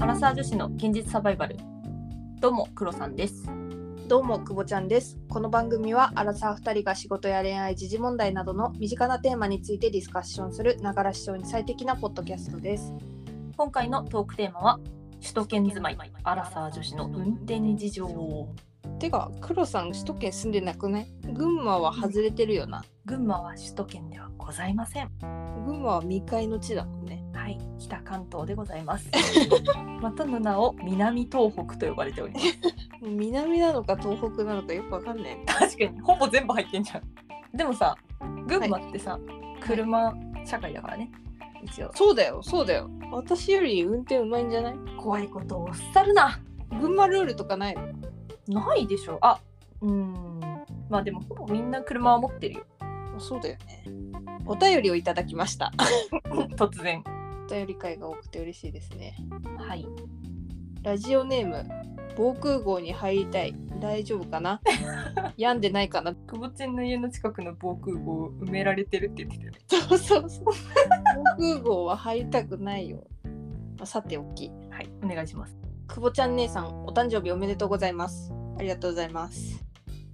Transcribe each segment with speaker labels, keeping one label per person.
Speaker 1: アラサー女子の現実サバイバルどうもクロさんです
Speaker 2: どうも久保ちゃんですこの番組はアラサー2人が仕事や恋愛時事問題などの身近なテーマについてディスカッションするながら視聴に最適なポッドキャストです
Speaker 1: 今回のトークテーマは首都圏住まいアラサー女子の運転事情
Speaker 2: てか黒さん首都圏住んでなくね群馬は外れてるよな
Speaker 1: 群馬は首都圏ではございません
Speaker 2: 群馬は未開の地だもんね
Speaker 1: はい北関東でございます またの名を南東北と呼ばれております
Speaker 2: 南なのか東北なのかよくわかんない
Speaker 1: 確かにほぼ全部入ってんじゃんでもさ群馬ってさ、車社会だからね一応
Speaker 2: そうだよそうだよ私より運転うまいんじゃない
Speaker 1: 怖いことをおっしゃるな
Speaker 2: 群馬ルールとかないの
Speaker 1: ないでしょあうーんまあでもほぼみんな車は持ってるよ
Speaker 2: そうだよねお便りをいただきました
Speaker 1: 突然
Speaker 2: お便り会が多くて嬉しいですね
Speaker 1: はい
Speaker 2: ラジオネーム防空壕に入りたい大丈夫かな病んでないかな
Speaker 1: 久保ちゃんの家の近くの防空壕を埋められてるって言ってたよね
Speaker 2: そうそうそう防空壕は入りたくないよ、まあ、さておき
Speaker 1: はいお願いします
Speaker 2: 久保ちゃん姉さんお誕生日おめでとうございますありがとうございます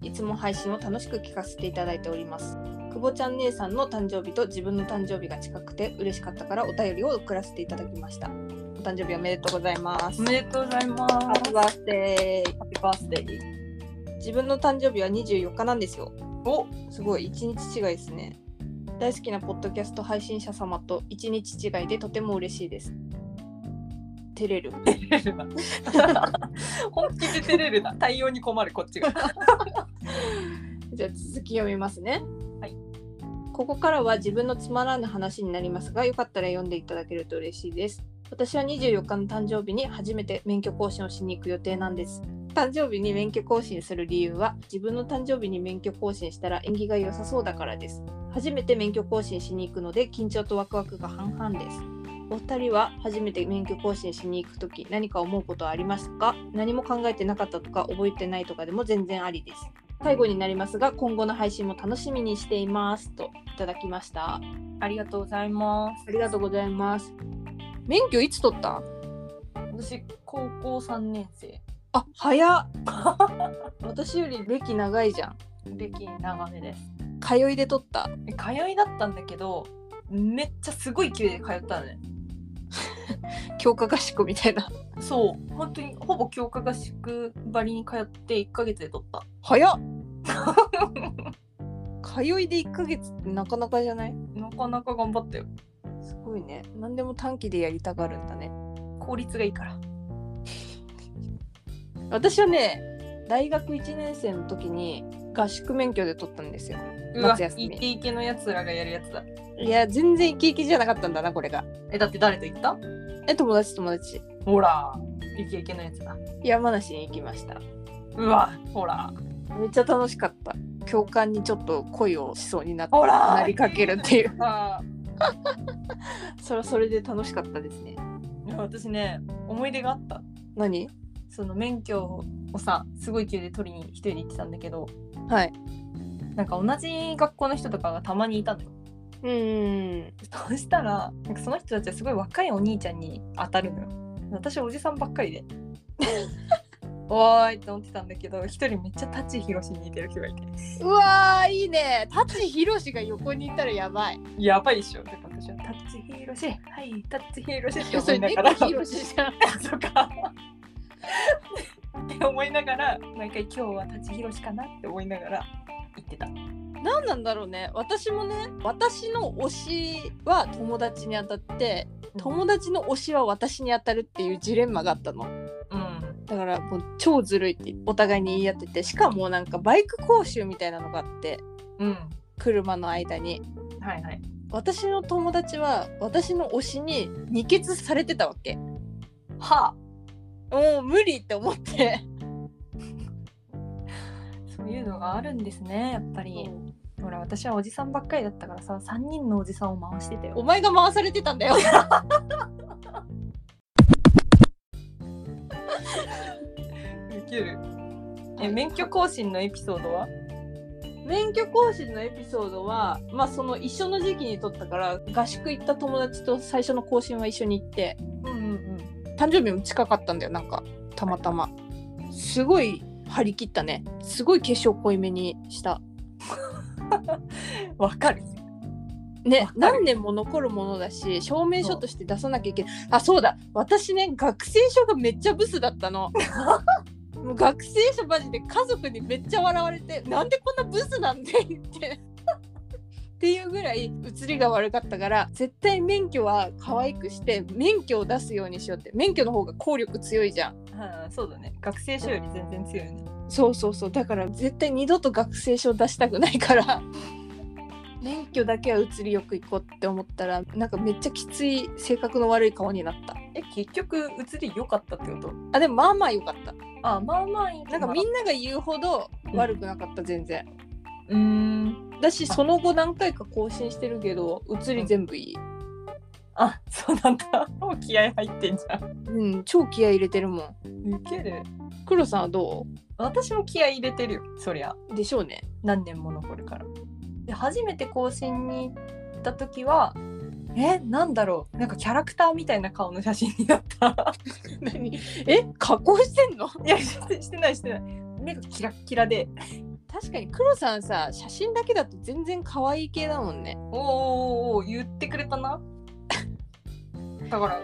Speaker 2: いつも配信を楽しく聞かせていただいております久保ちゃん姉さんの誕生日と自分の誕生日が近くて嬉しかったからお便りを送らせていただきましたお誕生日おめでとうございます
Speaker 1: おめでとうございます
Speaker 2: ハッピーバースデー
Speaker 1: ハッピーバースデー
Speaker 2: 自分の誕生日は24日なんですよ
Speaker 1: お
Speaker 2: すごい一日違いですね大好きなポッドキャスト配信者様と一日違いでとても嬉しいです照れる
Speaker 1: 照れるな本気で照れるな対応に困るこっちが
Speaker 2: じゃあ続き読みますね
Speaker 1: はい
Speaker 2: ここからは自分のつまらぬ話になりますがよかったら読んでいただけると嬉しいです私は24日の誕生日に初めて免許更新をしに行く予定なんです誕生日に免許更新する理由は自分の誕生日に免許更新したら縁起が良さそうだからです初めて免許更新しに行くので緊張とワクワクが半々ですお二人は初めて免許更新しに行く時何か思うことはありましたか何も考えてなかったとか覚えてないとかでも全然ありです最後になりますが今後の配信も楽しみにしていますといただきましたあ
Speaker 1: ありがとうございます
Speaker 2: りがとうございます免許いつ取った
Speaker 1: 私高校三年生
Speaker 2: あ早っ 私より歴長いじゃん
Speaker 1: 歴長めです
Speaker 2: 通いで取った
Speaker 1: え通いだったんだけどめっちゃすごい勢いで通ったのね
Speaker 2: 強化合宿みたいな
Speaker 1: そう本当にほぼ強化合宿ばりに通って1ヶ月で取った
Speaker 2: 早っ 通いで1ヶ月ってなかなかじゃない
Speaker 1: なかなか頑張ったよ
Speaker 2: すごいね何でも短期でやりたがるんだね
Speaker 1: 効率がいいから
Speaker 2: 私はね大学1年生の時に合宿免許で取ったんですよ
Speaker 1: うわ
Speaker 2: 夏休み
Speaker 1: イケイケのやつらがやるやつだ
Speaker 2: いや全然イケイケじゃなかったんだなこれが
Speaker 1: えだって誰と行った
Speaker 2: え友達友達
Speaker 1: ほらイケイケのやつだ
Speaker 2: 山梨に行きました
Speaker 1: うわほら
Speaker 2: めっちゃ楽しかった教官にちょっと恋をしそうになっ
Speaker 1: ほら
Speaker 2: なりかけるっていう
Speaker 1: あー
Speaker 2: それはそれで楽しかったですね
Speaker 1: いや私ね思い出があった
Speaker 2: 何
Speaker 1: その免許をさすごい勢いで取りに一人で行ってたんだけど
Speaker 2: はい
Speaker 1: なんか同じ学校の人とかがたまにいたのよ
Speaker 2: うーん
Speaker 1: そうしたらなんかその人たちはすごい若いお兄ちゃんに当たるのよ私おじさんばっかりで おーいって思ってたんだけど一人めっちゃ舘ひろしに似てる人がいて
Speaker 2: うわーいいね舘ひろしが横にいたらやば い
Speaker 1: やばいっしょって私は舘ひろしはい舘ひろし って
Speaker 2: そ
Speaker 1: 思
Speaker 2: れ
Speaker 1: いな
Speaker 2: 猫
Speaker 1: がら
Speaker 2: ひろしじゃん
Speaker 1: そうか って思いながら毎回今日は舘ひろしかなって思いながら行ってた
Speaker 2: 何なんだろうね私もね私の推しは友達に当たって友達の推しは私に当たるっていうジレンマがあったの
Speaker 1: うん
Speaker 2: だからもう超ずるいってお互いに言い合っててしかもなんかバイク講習みたいなのがあって
Speaker 1: うん
Speaker 2: 車の間に
Speaker 1: はいはい
Speaker 2: 私の友達は私の推しに二血されてたわけ
Speaker 1: はあ
Speaker 2: もう無理って思って
Speaker 1: そういうのがあるんですねやっぱりほら私はおじさんばっかりだったからさ3人のおじさんを回してたよ
Speaker 2: お前が回されてたんだよ
Speaker 1: ウケるえ免許更新のエピソードは
Speaker 2: 免許更新のエピソードはまあその一緒の時期に撮ったから合宿行った友達と最初の更新は一緒に行って
Speaker 1: うんうん
Speaker 2: 誕生日も近かったんだよなんかたまたますごい張り切ったねすごい化粧濃いめにした
Speaker 1: わかる。
Speaker 2: ね
Speaker 1: わかる
Speaker 2: 何年も残るものだし証明書として出さなきゃいけないあそうだ私ね学生証がめっちゃブスだった のもう学生証マジで家族にめっちゃ笑われてなんでこんなブスなんでってっていうぐらい写りが悪かったから絶対免許は可愛くして免許を出すようにしようって免許の方が効力強いじゃん
Speaker 1: うん、そうだね。学生証より全然強いよね。
Speaker 2: そうそうそうだから絶対二度と学生証出したくないから免許だけは移りよく行こうって思ったらなんかめっちゃきつい性格の悪い顔になった
Speaker 1: え、結局写り良かったってこと？
Speaker 2: あでもまあまあ良かった
Speaker 1: あ、まあまあいい。
Speaker 2: なんかみんなが言うほど悪くなかった全然、
Speaker 1: うーん。
Speaker 2: だしその後何回か更新してるけど移り全部いい
Speaker 1: あ、そうなんだ。もう気合入ってんじゃん。
Speaker 2: うん超気合い入れてるもん
Speaker 1: 受ける。
Speaker 2: 黒さんはど
Speaker 1: 私も気合入れてるよ。そりゃ。
Speaker 2: うでしょうね
Speaker 1: 何年も残るから。で初めて更新に行った時はえなんだろうなんかキャラクターみたいな顔の写真になった
Speaker 2: 何え加工してんの
Speaker 1: いやしてしてないしてない目がキラッキラで
Speaker 2: 確かに黒さんさ写真だけだと全然可愛い系だもんね
Speaker 1: おーおーおー言ってくれた なだから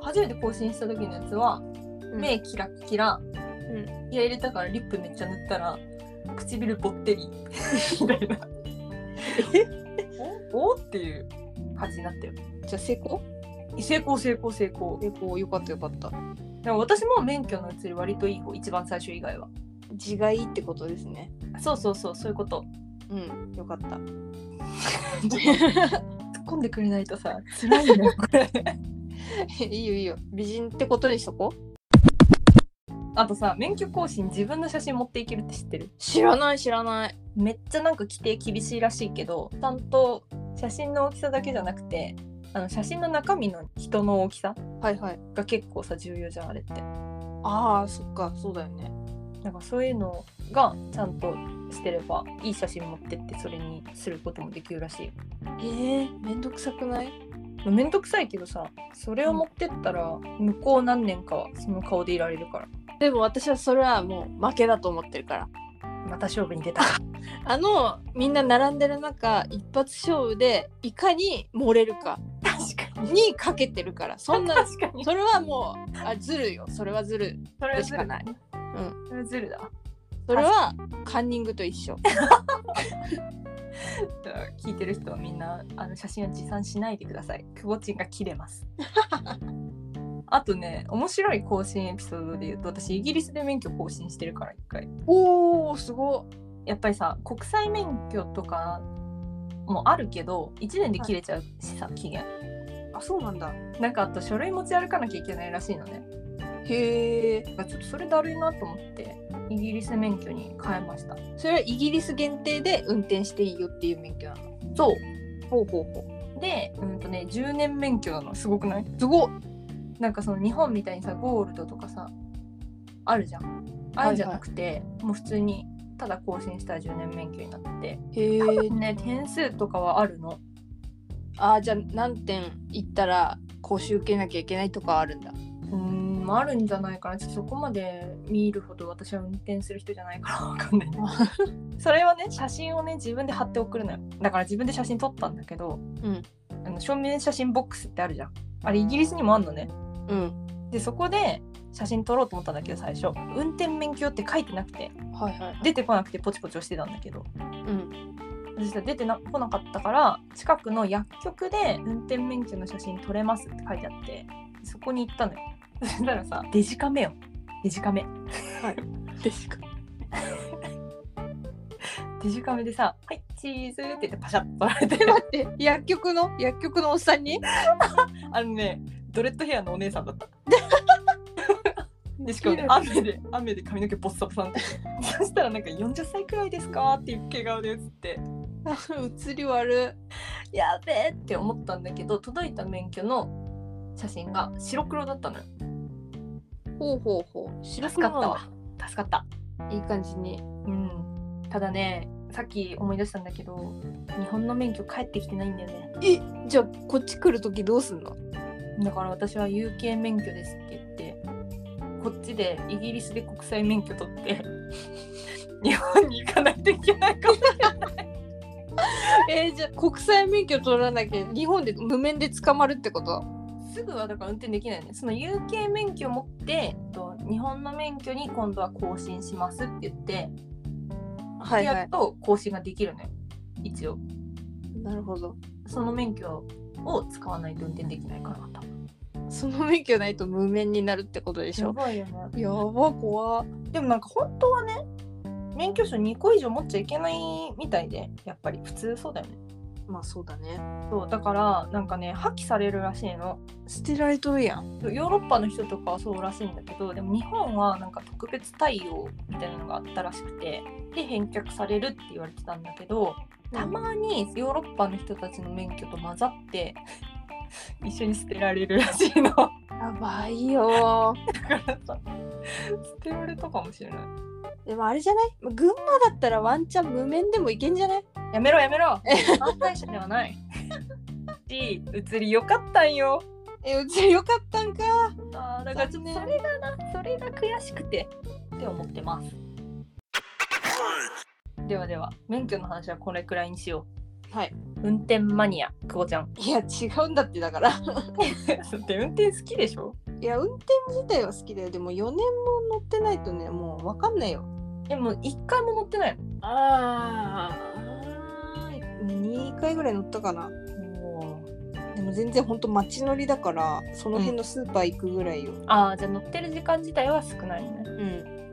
Speaker 1: 初めて更新した時のやつは目キラッキラ、
Speaker 2: う
Speaker 1: 気合い入れたからリップめっちゃ塗ったら唇ぼって りみたいなおおっていう感じになったよ
Speaker 2: じゃあ成功
Speaker 1: 成功成功成功
Speaker 2: 成功よかったよかった
Speaker 1: でも私も免許の移り割といい方一番最初以外は
Speaker 2: 字がいいってことですね
Speaker 1: そうそうそうそういうこと
Speaker 2: うんよかった
Speaker 1: 突っ込んでくれないとさ辛いんだ よこれ
Speaker 2: いいよいいよ美人ってことにしとこう
Speaker 1: あとさ免許更新自分の写真持っていけるって知ってる
Speaker 2: 知らない知らない
Speaker 1: めっちゃなんか規定厳しいらしいけどちゃんと写真の大きさだけじゃなくてあの写真の中身の人の大きさ
Speaker 2: はいはい
Speaker 1: が結構さ重要じゃんあれって
Speaker 2: ああそっかそうだよね
Speaker 1: なんかそういうのがちゃんとしてればいい写真持ってってそれにすることもできるらしいよ
Speaker 2: えー、めんどくさくない
Speaker 1: まあめんどくさいけどさそれを持ってったら向こう何年かはその顔でいられるから
Speaker 2: でも私はそれはもう負けだと思ってるから
Speaker 1: また勝負に出た
Speaker 2: あのみんな並んでる中一発勝負でいかに漏れるか
Speaker 1: 確か
Speaker 2: にかけてるからそんな
Speaker 1: 確かに
Speaker 2: それはもうあずるよそれはずる
Speaker 1: それはずるだね
Speaker 2: うん
Speaker 1: それはずるだ
Speaker 2: それはカンニングと一緒
Speaker 1: だから聞いてる人はみんなあの写真は持参しないでくださいくぼちんが切れます あとね面白い更新エピソードで言うと私イギリスで免許更新してるから一回
Speaker 2: おおすご
Speaker 1: やっぱりさ国際免許とかもあるけど1年で切れちゃうしさ、期限
Speaker 2: あそうなんだ
Speaker 1: なんかあと書類持ち歩かなきゃいけないらしいのね
Speaker 2: へえ
Speaker 1: だからちょっとそれだるいなと思ってイギリス免許に変えました
Speaker 2: それはイギリス限定で運転していいよっていう免許なの
Speaker 1: そう
Speaker 2: ほうほうほ
Speaker 1: でうんとね10年免許なのすごくないう
Speaker 2: すごっ
Speaker 1: なんかその日本みたいにさゴールドとかさあるじゃんあるんじゃなくて、もう普通にただ更新したら10年免許になって
Speaker 2: へえ
Speaker 1: てね点数とかはあるの
Speaker 2: あーじゃあ何点いったら講習受けなきゃいけないとかあるんだ
Speaker 1: うーんあるんじゃないかなちょっとそこまで見るほど私は運転する人じゃないからわかん ないなそれはね写真をね自分で貼って送るのよだから自分で写真撮ったんだけど、
Speaker 2: うん
Speaker 1: あの証明写真ボックスってあるじゃんあれイギリスにもあんのね
Speaker 2: うん
Speaker 1: でそこで写真撮ろうと思ったんだけど最初運転免許って書いてなくて
Speaker 2: はいはい
Speaker 1: 出てこなくてポチポチ押してたんだけど
Speaker 2: うん
Speaker 1: そしたら出てな来なかったから近くの薬局で運転免許の写真撮れますって書いてあってそこに行ったのよ そしたらさデジカメよデジカメ
Speaker 2: ですか
Speaker 1: デジカメでさ「はいチーズ」って言ってパシャッと撮られ
Speaker 2: え
Speaker 1: て
Speaker 2: 待って薬局の薬局のおっさんに
Speaker 1: あのねドレッドヘアのお姉さんだったでし かもね雨で雨で髪の毛ボッサボサにな ってそしたらなんか「40歳くらいですか?」っていう毛顔で写って
Speaker 2: 移り悪
Speaker 1: やべえって思ったんだけど届いた免許の写真が白黒だったのよ
Speaker 2: ほうほうほう白
Speaker 1: 助かったわ助かった
Speaker 2: いい感じに
Speaker 1: うんただねさっき思い出したんだけど日本の免許帰ってきてないんだよね
Speaker 2: えじゃあこっち来る時どうすんの
Speaker 1: だから私は有形免許ですって言ってこっちでイギリスで国際免許取って 日本に行かないといけないかも
Speaker 2: えー、じゃあ国際免許取らなきゃ日本で無免で捕まるってこと
Speaker 1: すぐはだから運転できないねその有形免許を持ってえっと日本の免許に今度は更新しますって言って、
Speaker 2: はいは
Speaker 1: やっ
Speaker 2: い
Speaker 1: と更新ができるのよ一応
Speaker 2: なるほど
Speaker 1: その免許を使わないと運転できないから多分
Speaker 2: その免許ないと無免になるってことでしょ
Speaker 1: ばいよね
Speaker 2: やば怖
Speaker 1: でもなんか本当はね免許証2個以上持っちゃいけないみたいでやっぱり普通そうだよね
Speaker 2: まあそうだね
Speaker 1: そうだからなんかね破棄されるらしいの
Speaker 2: 捨てられとるやん
Speaker 1: ヨーロッパの人とかはそうらしいんだけどでも日本はなんか特別対応みたいなのがあったらしくてで返却されるって言われてたんだけどたまにヨーロッパの人たちの免許と混ざって 一緒に捨てられるらしいのだか
Speaker 2: やばいよ
Speaker 1: らさ捨てられたかもしれない
Speaker 2: でもあれじゃない群馬だったらワンチャン無免でもいけんじゃない
Speaker 1: やめろやめろ犯罪者ではないし移りよかったんよ
Speaker 2: えうちよかったんか
Speaker 1: あーだからちょっとそ
Speaker 2: 残
Speaker 1: れがなそれが悔しくてって思ってますではでは免許の話はこれくらいにしよ
Speaker 2: はいう
Speaker 1: 運転マニア久保ちゃん
Speaker 2: いや違うんだってだか ら
Speaker 1: だって運転好きでしょ
Speaker 2: いや運転自体は好きだよでも4年も乗ってないとねもう分かんないよ
Speaker 1: でも一回も乗ってない
Speaker 2: ああ2回ぐらい乗ったかな
Speaker 1: の
Speaker 2: でも全然ほんと街乗りだからその辺のスーパー行くぐらいよ
Speaker 1: ああじゃあ乗ってる時間自体は少ないね
Speaker 2: う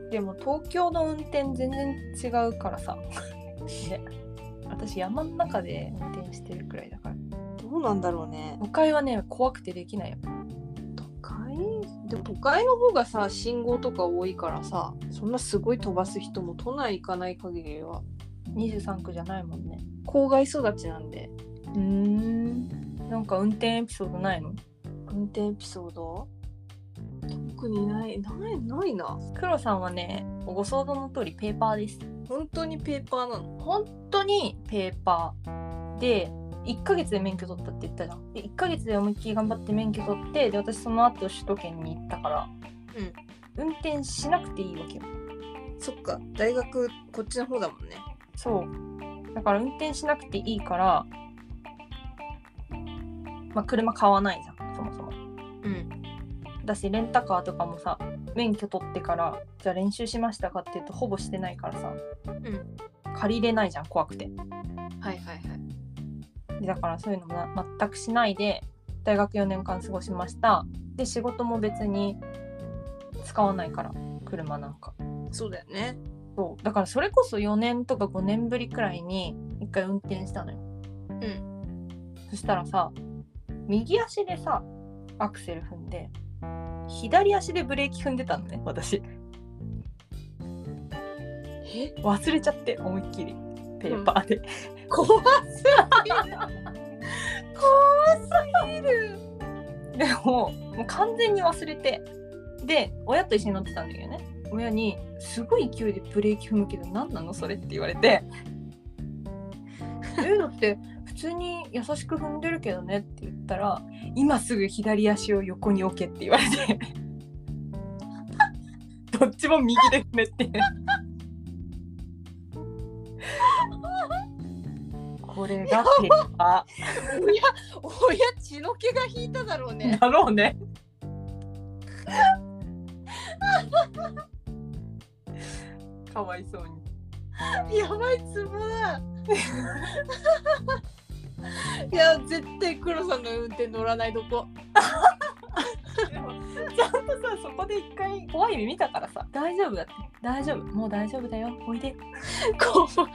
Speaker 2: ん、
Speaker 1: でも東京の運転全然違うからさ ね私山の中で運転してるくらいだから
Speaker 2: どうなんだろうね
Speaker 1: 都会はね怖くてできないよ
Speaker 2: 都会でも都会の方がさ信号とか多いからさそんなすごい飛ばす人も都内行かない限りは
Speaker 1: 23区じゃないもんね
Speaker 2: 郊外育ちなんで
Speaker 1: うんなんか運転エピソードないの
Speaker 2: 運転エピソード特にないないないな
Speaker 1: 黒さんはねご想像の通りペーパーです
Speaker 2: 本当にペーパーなの
Speaker 1: 本当にペーパーで1ヶ月で免許取ったって言ったじゃんで1ヶ月で思いっきり頑張って免許取ってで私その後首都圏に行ったから、運転しなくていいわけよ
Speaker 2: そっか大学こっちの方だもんね
Speaker 1: そうだから運転しなくていいからまあ車買わないじゃんそもそも
Speaker 2: うん
Speaker 1: だしレンタカーとかもさ免許取ってからじゃあ練習しましたかって言うとほぼしてないからさ
Speaker 2: うん
Speaker 1: 借りれないじゃん怖くて
Speaker 2: はいはいはい
Speaker 1: でだからそういうのもな全くしないで大学4年間過ごしましたで仕事も別に使わないから車なんか
Speaker 2: そうだよね
Speaker 1: そうだからそれこそ4年とか5年ぶりくらいに一回運転したのよ
Speaker 2: うん
Speaker 1: そしたらさ右足でさアクセル踏んで左足でブレーキ踏んでたのね私
Speaker 2: え
Speaker 1: 忘れちゃって思いっきりペーパーで、
Speaker 2: 怖すぎる怖すぎる
Speaker 1: でももう完全に忘れてで親と一緒に乗ってたんだけどね親に「すごい勢いでブレーキ踏むけど何なのそれ」って言われて「えだって普通に優しく踏んでるけどね」って言ったら「今すぐ左足を横に置け」って言われ てどっちも右で踏めってこれがペー パ
Speaker 2: 親親血の気が引いただろう
Speaker 1: ー
Speaker 2: ね
Speaker 1: だろうねかわいそうに。
Speaker 2: やばいつぼだ いや絶対黒さんの運転乗らないとこ
Speaker 1: でもちゃんとさそこで一回怖い目見たからさ大丈夫だって大丈夫もう大丈夫だよおいで
Speaker 2: 怖すぎる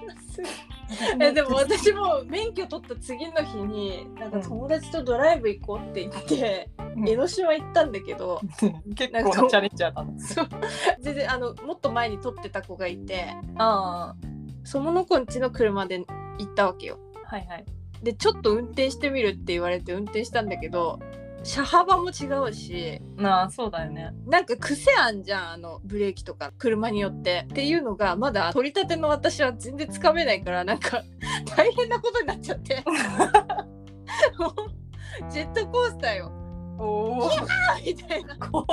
Speaker 2: え でも私も免許取った次の日になんか友達とドライブ行こうって言って、
Speaker 1: うん
Speaker 2: 江ノ島行ったんだけど、
Speaker 1: 結構なチャレンジャーだな
Speaker 2: そう全然あのもっと前に取ってた子がいて
Speaker 1: あ
Speaker 2: その子んちの車で行ったわけよ
Speaker 1: あはいはい
Speaker 2: でちょっと運転してみるって言われて運転したんだけど車幅も違うし
Speaker 1: なあそうだよね
Speaker 2: なんか癖あんじゃんあのブレーキとか車によってっていうのがまだ取り立ての私は全然つかめないからなんか 大変なことになっちゃってもうジェットコースターよ
Speaker 1: おお
Speaker 2: みたいな
Speaker 1: 怖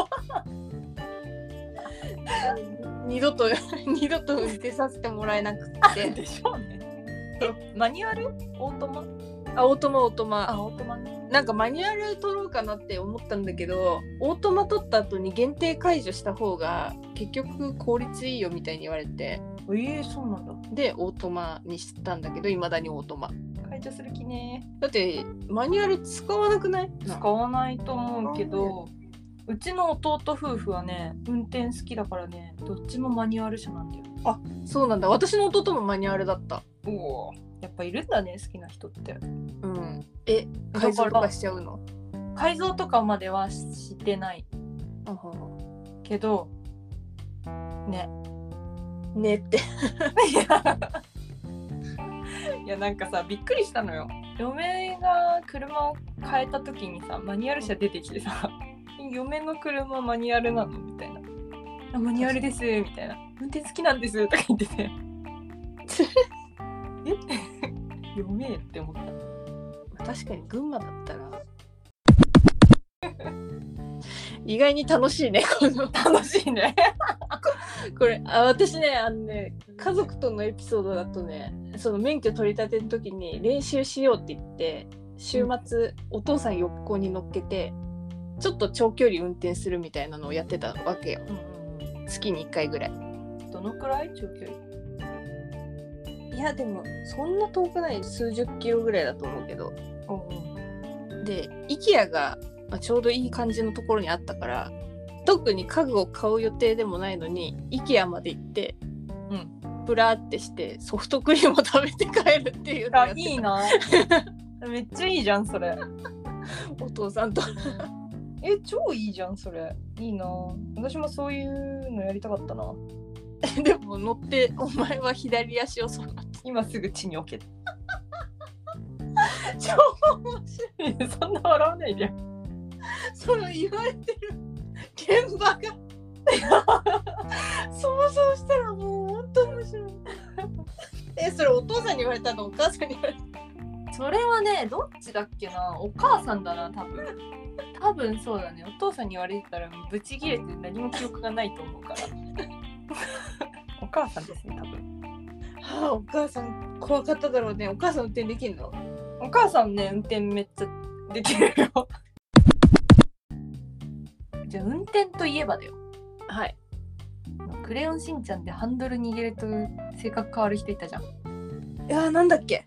Speaker 2: 二度と 二度と運転させてもらえなく
Speaker 1: い
Speaker 2: て
Speaker 1: でしょうねえマニュアルオートマ
Speaker 2: あオートマオートマ
Speaker 1: あオートマね
Speaker 2: なんかマニュアル取ろうかなって思ったんだけどオートマ取った後に限定解除した方が結局効率いいよみたいに言われて
Speaker 1: ええそうなんだ
Speaker 2: でオートマにしたんだけどいまだにオートマ
Speaker 1: 解除する気ね
Speaker 2: だってマニュアル使わなくない
Speaker 1: 使わないと思うけどうちの弟夫婦はね運転好きだからねどっちもマニュアル車なんだよ
Speaker 2: そうなんだ私の弟もマニュアルだった
Speaker 1: おおやっぱいるんだね好きな人って
Speaker 2: うんえ
Speaker 1: だから
Speaker 2: 改造とかしちゃうの
Speaker 1: 改造とかまではしてないけどね
Speaker 2: ねって
Speaker 1: いや いやなんかさびっくりしたのよ嫁が車を変えた時にさマニュアル車出てきてさ 「嫁の車マニュアルなの?」みたいなあ「マニュアルです」みたいな「運転好きなんです」とか言って てえ読めえって思った
Speaker 2: 確かに群馬だったら 意外に楽しいねこの
Speaker 1: 楽しいね
Speaker 2: これあ私ねあのね家族とのエピソードだとねその免許取り立ての時に練習しようって言って週末お父さん横に乗っけてちょっと長距離運転するみたいなのをやってたわけよ月に1回ぐらい
Speaker 1: どのくらい長距離
Speaker 2: いやでもそんな遠くない数十キロぐらいだと思うけどで IKEA が、まあ、ちょうどいい感じのところにあったから特に家具を買う予定でもないのに IKEA まで行って、
Speaker 1: う
Speaker 2: ブラーってしてソフトクリームを食べて帰るっていうのを
Speaker 1: あ
Speaker 2: や
Speaker 1: い
Speaker 2: ってた
Speaker 1: い なめっちゃいいじゃんそれ
Speaker 2: お父さんと
Speaker 1: え超いいじゃんそれいいな私もそういうのやりたかったな
Speaker 2: でも乗ってお前は左足をそ の
Speaker 1: 今すぐ地に置け
Speaker 2: 超面白い
Speaker 1: そんな笑わないでよ
Speaker 2: その言われてる現場が 想像したらもう本当面白い えそれお父さんに言われたのお母さんに 言われた
Speaker 1: それはねどっちだっけなお母さんだな多分多分そうだねお父さんに言われてたらブチギレて何も記憶がないと思うから お母さんですね多分
Speaker 2: はあ、お母さん怖かっただろうね。お母さん運転できんの
Speaker 1: お母さんね運転めっちゃできるよじゃあ運転といえばだよ
Speaker 2: はい。
Speaker 1: クレヨンしんちゃんでハンドル握ると性格変わる人いたじゃん
Speaker 2: いやー、なんだっけ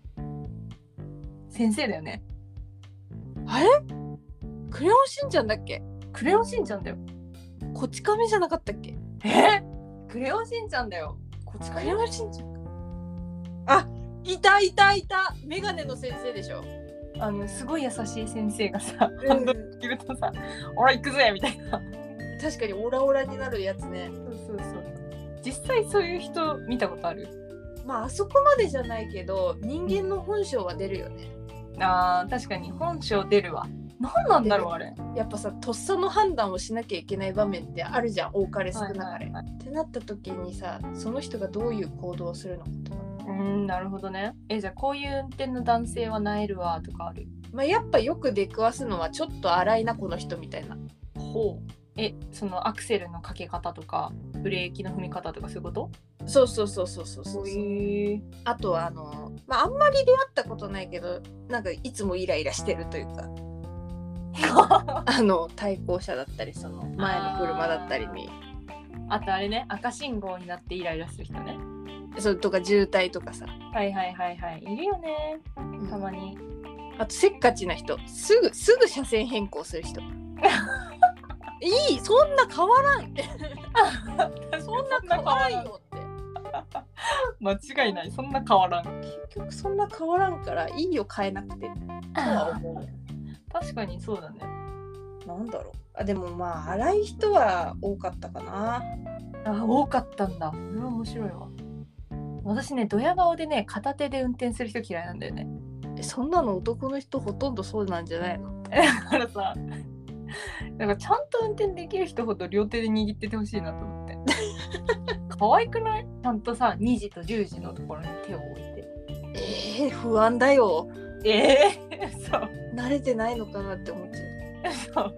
Speaker 1: 先生だよね
Speaker 2: あれクレヨンしんちゃんだっけ
Speaker 1: クレヨンしんちゃんだよ
Speaker 2: こち亀じゃなかったっけ
Speaker 1: えクレヨンしんちゃんだよこっち
Speaker 2: ク
Speaker 1: か
Speaker 2: レ
Speaker 1: よ
Speaker 2: ヨンしんちゃんあ、いたいたいたメガネの先生でしょ。
Speaker 1: あのすごい優しい先生がさハンドル切るとさ「俺行くぜ!」みたいな
Speaker 2: 確かにオラオラになるやつね。
Speaker 1: そうそうそう実際そういう人見たことある
Speaker 2: まあ、あそこまでじゃないけど、人間の本性は出るよね。
Speaker 1: あー確かに本性出るわ何なんだろうあれ
Speaker 2: やっぱさ、とっさの判断をしなきゃいけない場面ってあるじゃん、多かれ少なかれ。
Speaker 1: はい
Speaker 2: ってなった時にさ、その人がどういう行動をするのかとか。
Speaker 1: うーんなるほどねえじゃあこういう運転の男性はなえるわとかある
Speaker 2: まあ、やっぱよく出くわすのはちょっと荒いなこの人みたいな
Speaker 1: ほうえそのアクセルのかけ方とかブレーキの踏み方とかそういうこと
Speaker 2: そうそうそうそうそうそう
Speaker 1: いう
Speaker 2: あとはあのまああんまり出会ったことないけどなんかいつもイライラしてるというかあの対向車だったりその前の車だったりに
Speaker 1: あとあれね赤信号になってイライラする人ね
Speaker 2: それとか渋滞とかさ、
Speaker 1: はいはいはいはいいるよねたまに
Speaker 2: あとせっかちな人すぐすぐ車線変更する 人いいそんな変わらんってそんな変わらんよって
Speaker 1: 間違いないそんな変わらん
Speaker 2: 結局そんな変わらんからいいよ変えな くてとは思う
Speaker 1: 確かにそうだね
Speaker 2: なんだろうあでもまあ荒い人は多かったかな
Speaker 1: あ多かったんだそれは面白いわ私ねドヤ顔でね片手で運転する人嫌いなんだよね
Speaker 2: えそんなの男の人ほとんどそうなんじゃないの
Speaker 1: だからさなんかちゃんと運転できる人ほど両手で握っててほしいなと思って 可愛くないちゃんとさ2時と10時のところに手を置いて
Speaker 2: えー、不安だよ
Speaker 1: ええそう
Speaker 2: 慣れてないのかなって思っちゃ
Speaker 1: そう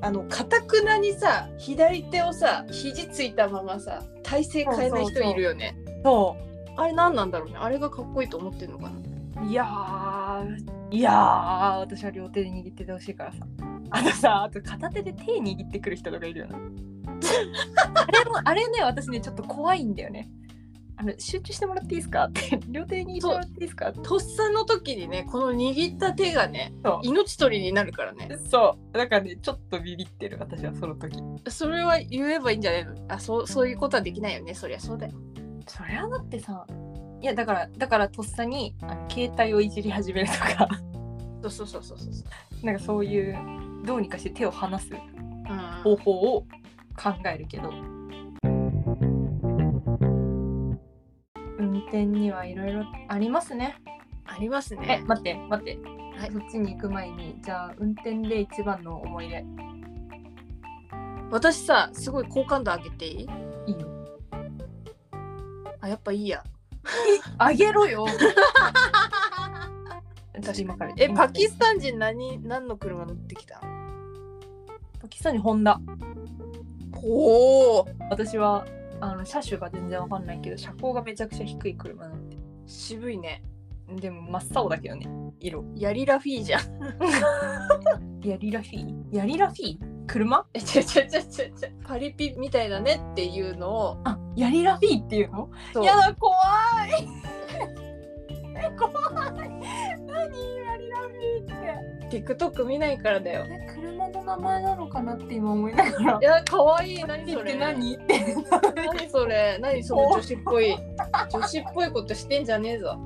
Speaker 2: あのかたくなにさ左手をさ肘ついたままさ体勢変えない人いるよね
Speaker 1: そ
Speaker 2: あれ何なんだろうねあれがかっこいいと思ってるのかな
Speaker 1: ういやーいやー私は両手で握っててほしいからさあとさあと片手で手握ってくる人とかいるよねあれもあれね私ねちょっと怖いんだよねあの集中してもらっていいですかって両手に握ってもらっていいですかって
Speaker 2: とっさの時にねこの握った手がね
Speaker 1: そう
Speaker 2: 命取りになるからね
Speaker 1: そうだからねちょっとビビってる私はその時
Speaker 2: それは言えばいいんじゃないのあそうそういうことはできないよねそりゃそうだよ
Speaker 1: そりゃだってさいやだからだからとっさにあの携帯をいじり始めるとか
Speaker 2: そうそうそうそうそう
Speaker 1: なんかそういうどうにかして手を離す
Speaker 2: うん
Speaker 1: 方法を考えるけど運転にはいろいろありますね
Speaker 2: あります
Speaker 1: え
Speaker 2: ね
Speaker 1: 待って待って、
Speaker 2: はい
Speaker 1: そっちに行く前にじゃあ運転で一番の思い出
Speaker 2: 私さすごい好感度上げていい
Speaker 1: いいよ
Speaker 2: あやっぱいいや
Speaker 1: あげろ よ私今から
Speaker 2: えパキスタン人何何の車乗ってきた
Speaker 1: パキスタンにホンダ
Speaker 2: おお
Speaker 1: 私はあの車種が全然わかんないけど車高がめちゃくちゃ低い車なんで
Speaker 2: 渋いね
Speaker 1: でも真っ青だけどね色
Speaker 2: ヤリラフィーじゃん
Speaker 1: ヤリラフィーヤリラフィー車
Speaker 2: えちゃちゃちゃちゃちゃパリピみたいだねっていうのを
Speaker 1: あヤリラフィーっていうの
Speaker 2: そう
Speaker 1: やだ怖い 怖い何ヤリラフィーって
Speaker 2: TikTok 見ないからだよ
Speaker 1: え車の名前なのかなって今思いながら
Speaker 2: いや可愛い何
Speaker 1: っ
Speaker 2: そ
Speaker 1: て
Speaker 2: れ
Speaker 1: 何って
Speaker 2: 何それ何その女子っぽい女子っぽいことしてんじゃねえぞ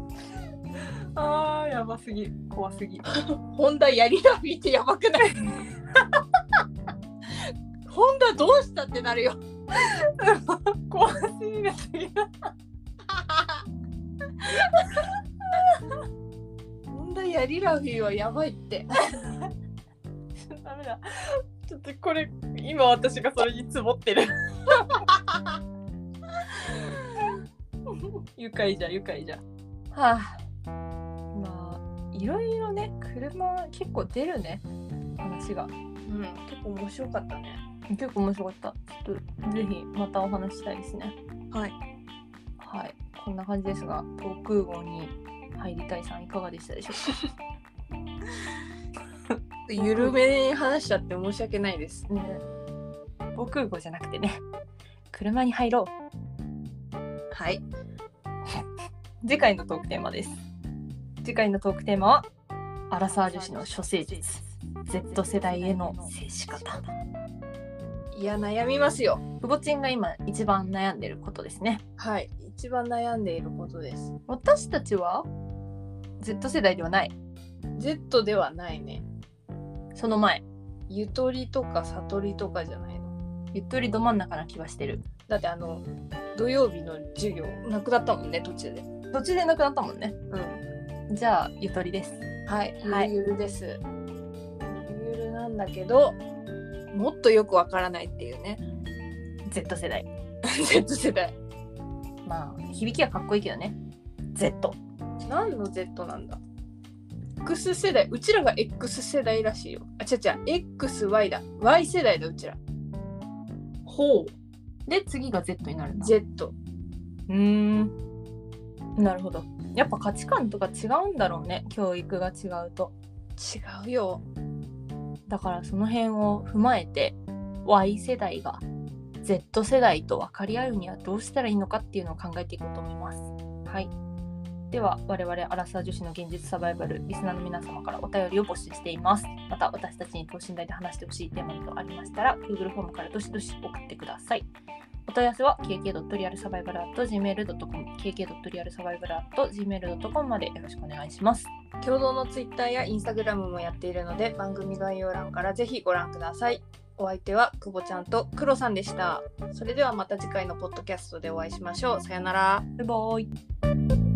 Speaker 1: あーやばすぎ怖すぎ
Speaker 2: ホンダやりらフィってやばくない ホンダどうしたってなるよ
Speaker 1: 怖すぎがすぎる
Speaker 2: ホンダやりらフィはやばいって
Speaker 1: ダメだちょっとこれ今私がそれにつぼ ってる愉快じゃ愉快じゃはあまあいろいろね車結構出るね話が
Speaker 2: うん結構面白かったね
Speaker 1: 結構面白かったちょっとぜひまたお話ししたいですね
Speaker 2: はい
Speaker 1: はいこんな感じですが防空壕に入りたいさんいかがでしたでしょうか
Speaker 2: 緩めに話しちゃって申し訳ないです
Speaker 1: ね防空壕じゃなくてね車に入ろう
Speaker 2: はい
Speaker 1: 次回のトークテーマです次回のトークテーマはアラサー女子の処世術 Z 世代への接し方
Speaker 2: いや悩みますよ
Speaker 1: くぼちんが今一番悩んでることですね
Speaker 2: はい一番悩んでいることです
Speaker 1: 私たちは Z 世代ではない
Speaker 2: Z ではないね
Speaker 1: その前
Speaker 2: ゆとりとか悟りとかじゃないの
Speaker 1: ゆとりど真ん中な気はしてる
Speaker 2: だってあの土曜日の授業なくなったもんね途中で
Speaker 1: 途中でなくなったもんね
Speaker 2: うん
Speaker 1: じゃあゆとりです
Speaker 2: はいゆ
Speaker 1: は
Speaker 2: る
Speaker 1: い
Speaker 2: ゆるです、ゆるゆるなんだけどもっとよくわからないっていうね
Speaker 1: Z 世代
Speaker 2: Z 世代
Speaker 1: まあ響きはかっこいいけどね Z
Speaker 2: 何の Z なんだ X 世代うちらが X 世代らしいよあ違う違う XY だ Y 世代だうちら
Speaker 1: ほうで次が Z になるんだ
Speaker 2: Z
Speaker 1: うーんなるほどやっぱ価値観とか違うんだろうね教育が違うと
Speaker 2: 違うよ
Speaker 1: だからその辺を踏まえて Y 世代が Z 世代と分かり合うにはどうしたらいいのかっていうのを考えていこうと思いますはいでは我々アラサー女子の現実サバイバルリスナーの皆様からお便りを募集していますまた私たちに等身大で話してほしいテーマなどありましたら Google フォームからどしどし送ってくださいお問い合わせは kk.realsurvival.gmail.com kk.realsurvival.gmail.com までよろしくお願いします
Speaker 2: 共同のツイッターやインスタグラムもやっているので番組概要欄からぜひご覧くださいお相手は久保ちゃんとクロさんでしたそれではまた次回のポッドキャストでお会いしましょうさよなら
Speaker 1: バイバイ